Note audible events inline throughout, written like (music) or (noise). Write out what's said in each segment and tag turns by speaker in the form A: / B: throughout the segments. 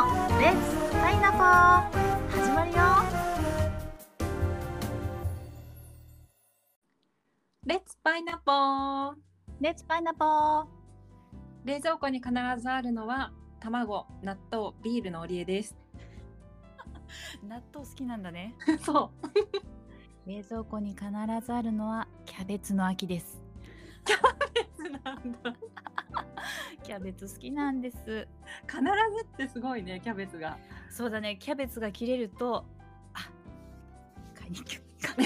A: X パイナポー始まるよ
B: レッツパイナポー
A: レッツパイナポー
B: 冷蔵庫に必ずあるのは卵、納豆、ビールのオリエです。 (laughs)
C: 納豆好きなんだね。
B: そ
C: 冷蔵庫に必ずあるのはキャベツの秋です。
B: う。 (laughs) なんだ。
C: キャベツ好きなんです。
B: 必ずってすごいね、キャベツが。
C: そうだね、キャベツが切れると、あ、買いに行 (laughs) く。
B: キャベ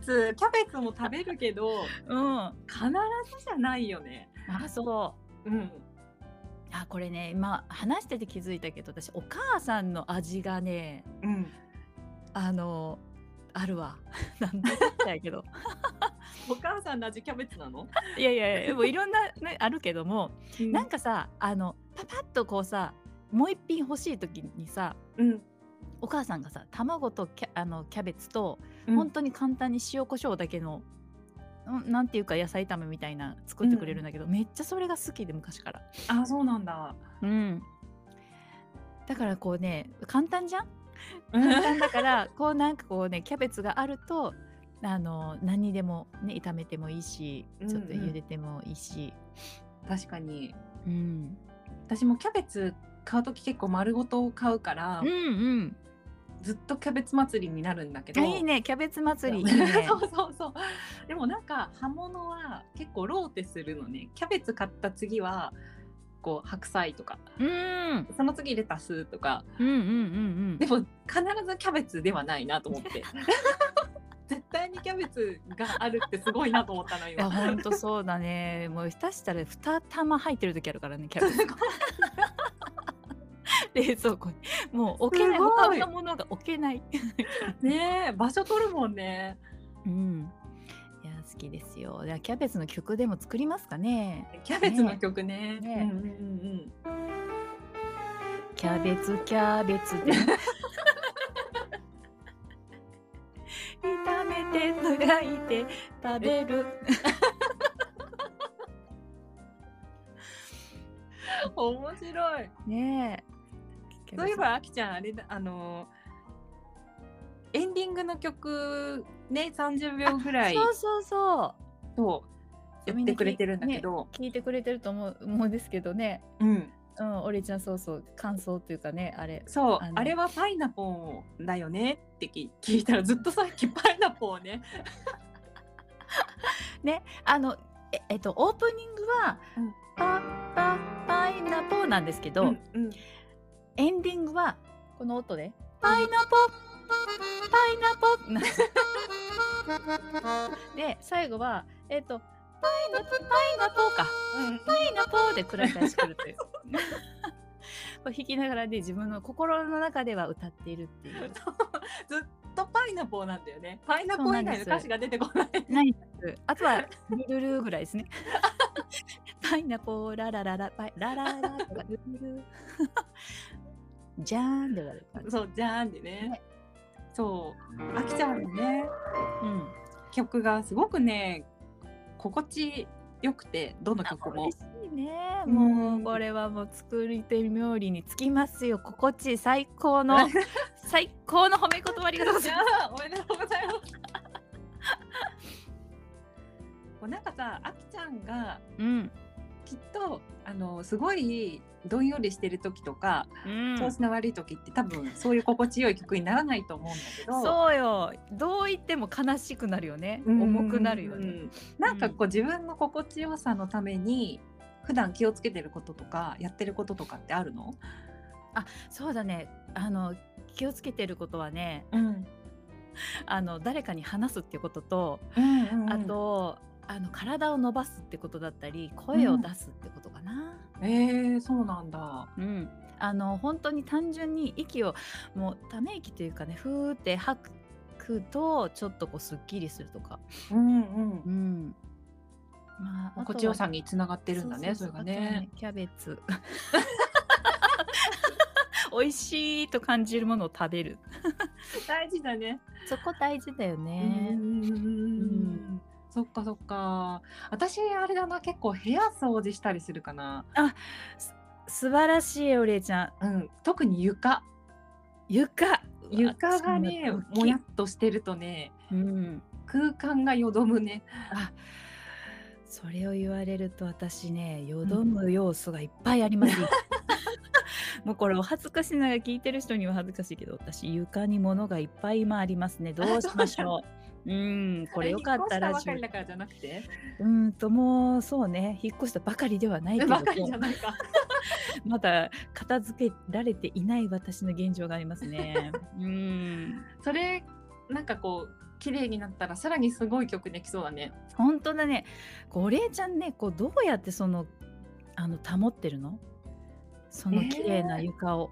B: ツ、キャベツも食べるけど、
C: うん。あ、
B: 必ずじゃないよね。
C: そう。
B: うん。
C: あ、これね、今話してて気づいたけど、私お母さんの味がね、
B: うん。
C: あのあるわ。 (laughs) なんだったけど。
B: お母さんの味キャベツなの。
C: いやいやいや、もういろんな、ね、あるけども、なん
B: か、
C: かさ、あのパパッとこうさ、もう一品欲しい時にさ。
B: うん。
C: お母さんがさ卵とキャあのキャベツと、本当に簡単に塩コショウだけのうんなんていうか野菜炒めみたいな作ってくれるんだけど、めっちゃそれが好きで昔から、
B: あ、そうなんだ。
C: うん、だからこうね簡単 (laughs) じゃん簡単だからこうなんかこうねキャベツがあるとあの何にでも、ね、炒めてもいいしちょっと
B: うんうん
C: 茹でてもいいし、
B: (laughs) 確かに。
C: うん
B: 私もキャベツ買うとき結構丸ごと買うから
C: うん、うん
B: ずっとキャベツ祭りになるんだけど。
C: あいいねキャベツ祭りいい (laughs) ね
B: (laughs) そうそうそうでもなんか葉物は結構ローテするのねキャベツ買った次はこう白菜とか
C: うんうん
B: その次レタスとか
C: うんうん
B: でも必ずキャベツではないなと思って (laughs) 絶対にキャベツがあるってすごいなと思ったの
C: いや
B: 今
C: ほんとそうだねもうひたしたら2玉入ってる時あるからねキャベツ
B: すごい
C: (laughs) 冷蔵庫にもう置けない
B: すごい
C: 他のものが置けない
B: ねえ場所取るもんね
C: うんいや好きですよじゃあキャベツの曲でも作りますかね
B: キャベツの曲ね
C: ねえ
B: うんうんうん
C: キャベツキャベツで (laughs) 炒めて焼いて食べる
B: うん面白い
C: ねえ
B: そういえばあきちゃんあれだあのエンディングの曲ね30秒ぐらい
C: そうそうそう
B: そうやってくれてるんだけど、
C: 聞いてくれてると思う思うんですけどね
B: うん、
C: うん、俺ちゃんそうそう感想というかねあれ
B: そうあ
C: あの
B: れはパイナポーだよねってき聞いたらずっとさっきパイナポーね、
C: あのええっとオープニングは
B: うん
C: 「パッパッパイナポー」なんですけど、
B: うんうん、
C: エンディングはこの音で「パイナポーパイナポー」なんですで最後はえっと「パイナポーパイナポー」か「パイナポー」で繰り返してくると (laughs) いう。これ弾きながらね自分の心の中では歌っているっていう
B: ずっとパイナポーなんだよねパイナポー以外の歌詞が出てこない
C: ないあとは「ルルル」ぐらいですね「パイナポーララララパイラララ」とか「ルルル」「じゃーん」で終わる感じ、
B: そうじゃーんでね
C: ね
B: そうあきちゃんのね
C: うん、
B: 曲がすごくね心地よくてどの曲も
C: 嬉しいね
B: うん
C: もうこれはもう作り手冥利につきますよ心地いい最高
B: (laughs)
C: の最高の褒め言葉ありがとうございま
B: あーおめでとうござい (laughs) ますこうなんかさあきちゃんが
C: すうん、
B: きっとあのすごいどんよりしてる時とか、
C: うん、
B: 調子の悪い時って多分そういう心地よい曲にならないと思うんだけど
C: そうよどう言っても悲しくなるよね
B: うん
C: 重くなるよね
B: なんかこう自分の心地よさのために普段気をつけてることとかやってることとかってあるの、
C: そうだねあの気をつけてることはね
B: うん
C: あの誰かに話すってことと、あとあの体を伸ばすってことだったり声を出すってことかな、
B: えー、そうなんだ。
C: うん、あの本当に単純に息をもうため息というかねふーって吐くとちょっとこうすっきりするとか、
B: うんうん
C: んまああとは
B: 心地よさにつながってるんだねそうれ
C: う
B: が
C: う
B: ね。
C: あとはキャベツ (laughs) 美味しいと感じるものを食べる
B: 大事だね。
C: そこ大事だよ
B: う
C: ね、
B: んうんうんうんうんそっかそっか私あれだな結構部屋掃除したりするかな、
C: す素晴らしいお礼ちゃん
B: うん、特に床
C: 床
B: 床がね
C: うわそ
B: も
C: ん
B: や
C: な
B: っとしてるとね
C: 時うん
B: 空間がよどむね
C: あそれを言われると私ねよどむ要素がいっぱいあり
B: (laughs)
C: ますよ、もうこれお恥ずかしながら聞いてる人には恥ずかしいけど私床に物がいっぱい今ありますねどうしましょう
B: (laughs)
C: うんこれよかったら
B: 引っ越したばかりだからじゃなくて
C: うーんともうそうね引っ越したばかりではないけれど
B: ばかりじゃ
C: も
B: ないか
C: まだ片付けられていない私の現状がありますね。うーん
B: それなんかこう綺麗になったらさらにすごい曲できそうだね
C: 本当だねこうお礼ちゃんねこうどうやってそのあの保ってるのその綺麗な床を。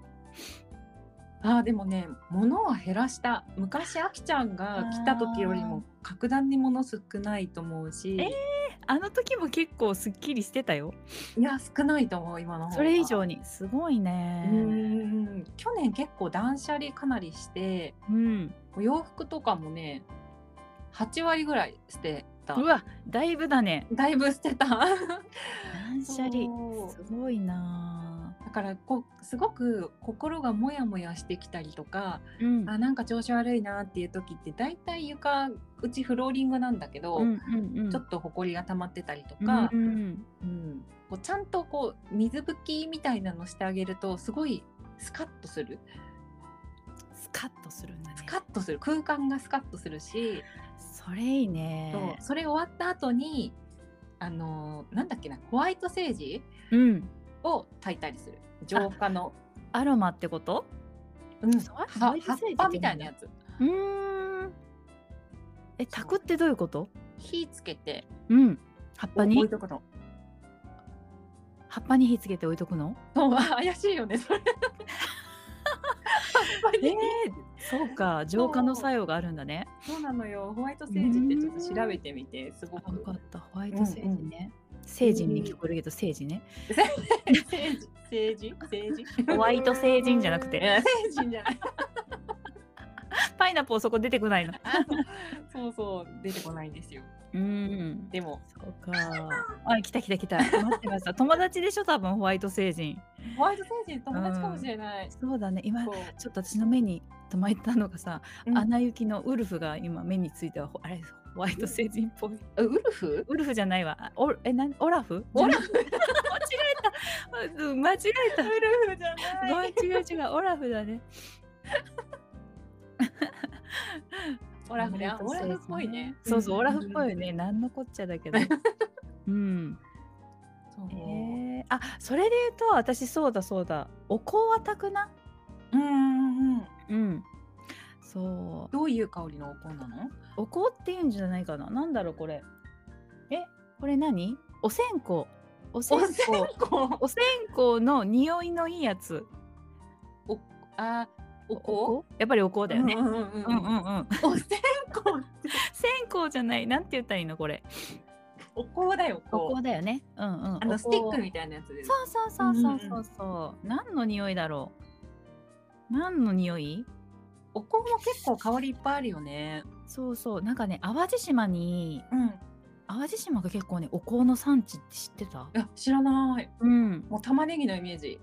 B: あーでもね物は減らした昔あきちゃんが来た時よりも格段に物少ないと思うし、
C: えあの時も結構すっきりしてたよ。
B: いや少ないと思う今の方が
C: それ以上にすごいうね。
B: ん去年結構断捨離かなりして
C: うん、
B: お洋服とかもね8割ぐらい捨てた
C: うわだいぶだね。
B: だいぶ捨てた (laughs)
C: 断捨離
B: そう
C: すごいな
B: だからこうすごく心がモヤモヤしてきたりとか、
C: あ。うん
B: あなんか調子悪いなっていう時ってだいたい床うちフローリングなんだけど、
C: うんうんうん
B: ちょっとほこりが溜まってたりとか、
C: うんうん
B: うんこうちゃんとこう水拭きみたいなのしてあげるとすごいスカッとする
C: スカッとするんだね
B: スカッとする空間がスカッとするし、
C: それいいね
B: そうそれ終わった後にあのーなんだっけなホワイトセージ
C: うん
B: を炊いたりする浄化の、
C: アロマってこと
B: うん、
C: そう
B: は
C: ホワイトセー
B: 葉っ
C: ジって
B: ぱみたいなやつ
C: うーんえ炊くってどういうこと
B: 火つけて
C: うん葉っぱ
B: 置
C: に
B: いとくの
C: 葉っぱに火つけて置いとくの
B: そう (laughs) あ怪しいよねそれ葉っぱ
C: え
B: に
C: ー、そう (laughs) か浄化の作用があるんだね
B: そうなのよホワイトセージってちょっと調べてみてすご
C: あよか
B: (laughs) く
C: ったホワイトセージね、成人に聞こえるけど成人ね
B: 政治政治政治
C: ホワイト成人じゃなく
B: い
C: て
B: や成人じゃない
C: パイナポーそこ出てこないの
B: そうそう出てこないんですよ
C: うん
B: でも
C: そうかあ来た来た来た待ってま (laughs) した友達でしょ多分ホワイト成人
B: ホワイト成人友達かもしれない、
C: そうだね今
B: こ
C: ちょっと私の目に止まったのがさ、
B: うん
C: アナ雪のウルフが今目についてはほあれホワイト星人っぽい。
B: うウルフ
C: ウルフじゃないわ。あオえなんオラフ？
B: オラ
C: フ (laughs) 間違えた。うん間違えた。
B: ルフじゃ
C: ごめん違う違うオラフだね。
B: オラフねあ
C: ホ
B: オ
C: ワイ
B: ラ
C: ト星
B: フっ
C: 人
B: ぽいね
C: そうそうオラフっぽい
B: い
C: よね。なんのこっちゃだけど。うん。
B: そう
C: えー、あそれで言うと私そうだそうだ。お香はたくな。
B: うんうんうん
C: うん。そう。
B: どういう香りのお香なの
C: お香っていうんじゃないかな。なんだろうこれ。え、これ何？お線香。お線香。お線香の匂いのいいやつ。
B: あお香
C: やっぱりお香だよね。
B: うんうんうん
C: うんうん
B: うん
C: うん。
B: お線香って
C: 線香じゃない。なんて言ったらいいのこれ。
B: お香だよ
C: お
B: お
C: 香
B: 香
C: だよね。うんうん。
B: あ
C: お香
B: のスティックみたいなやつです
C: そうそうそうそう
B: うんうん
C: そううんそう。何の匂いだろう。何の匂い？
B: お香も結構香りいっぱいあるよね
C: そうそう。なんかね淡路島に
B: うん
C: 淡路島が結構ねお香の産地って知ってた？
B: いや知らない
C: うん。
B: もう玉ねぎのイメージ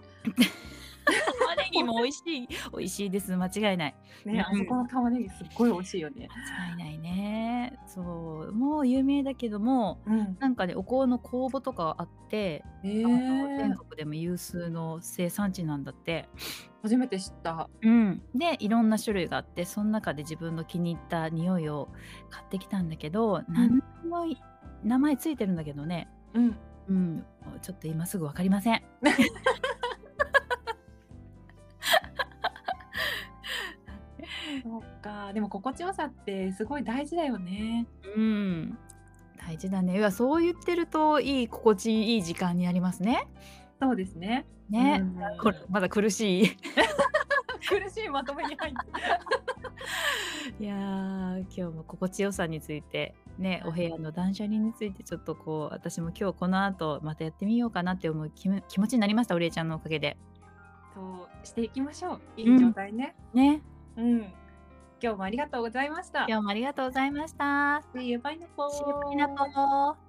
C: 玉ねぎも美味し (laughs) い。美味しいです。間違いない。う
B: ね、
C: ん
B: あそこの玉ねぎすっごい美味しいよね。
C: 間違いないねそうもう有名だけども
B: うん、
C: なんかねお香の公募とかあって、
B: え
C: あの
B: ー
C: 全、国でも有数の生産地なんだって、
B: 初めて知った。
C: うん、でいろんな種類があってその中で自分の気に入った匂いを買ってきたんだけど何もい名前ついてるんだけどね、
B: うん、
C: うん、ちょっと今すぐ分かりません。
B: そっか、でも心地よさってすごい大事だよね。
C: うん大事だね。いやそう言ってるといい心地いい時間になりますね。
B: そうですね。
C: ね、
B: うん
C: これまだ苦しい。
B: 苦しいまとめに入って。
C: いやー今日も心地よさについてねお部屋の断捨離についてちょっとこう私も今日この後またやってみようかなって思う気む気持ちになりましたお礼ちゃんのおかげで
B: そうしていきましょう。いい状態ね。
C: ね
B: うん。
C: 今日もありがとうございました。
B: 今日もありがとうございました。
C: See you, pineapple.
B: シューパイナポー。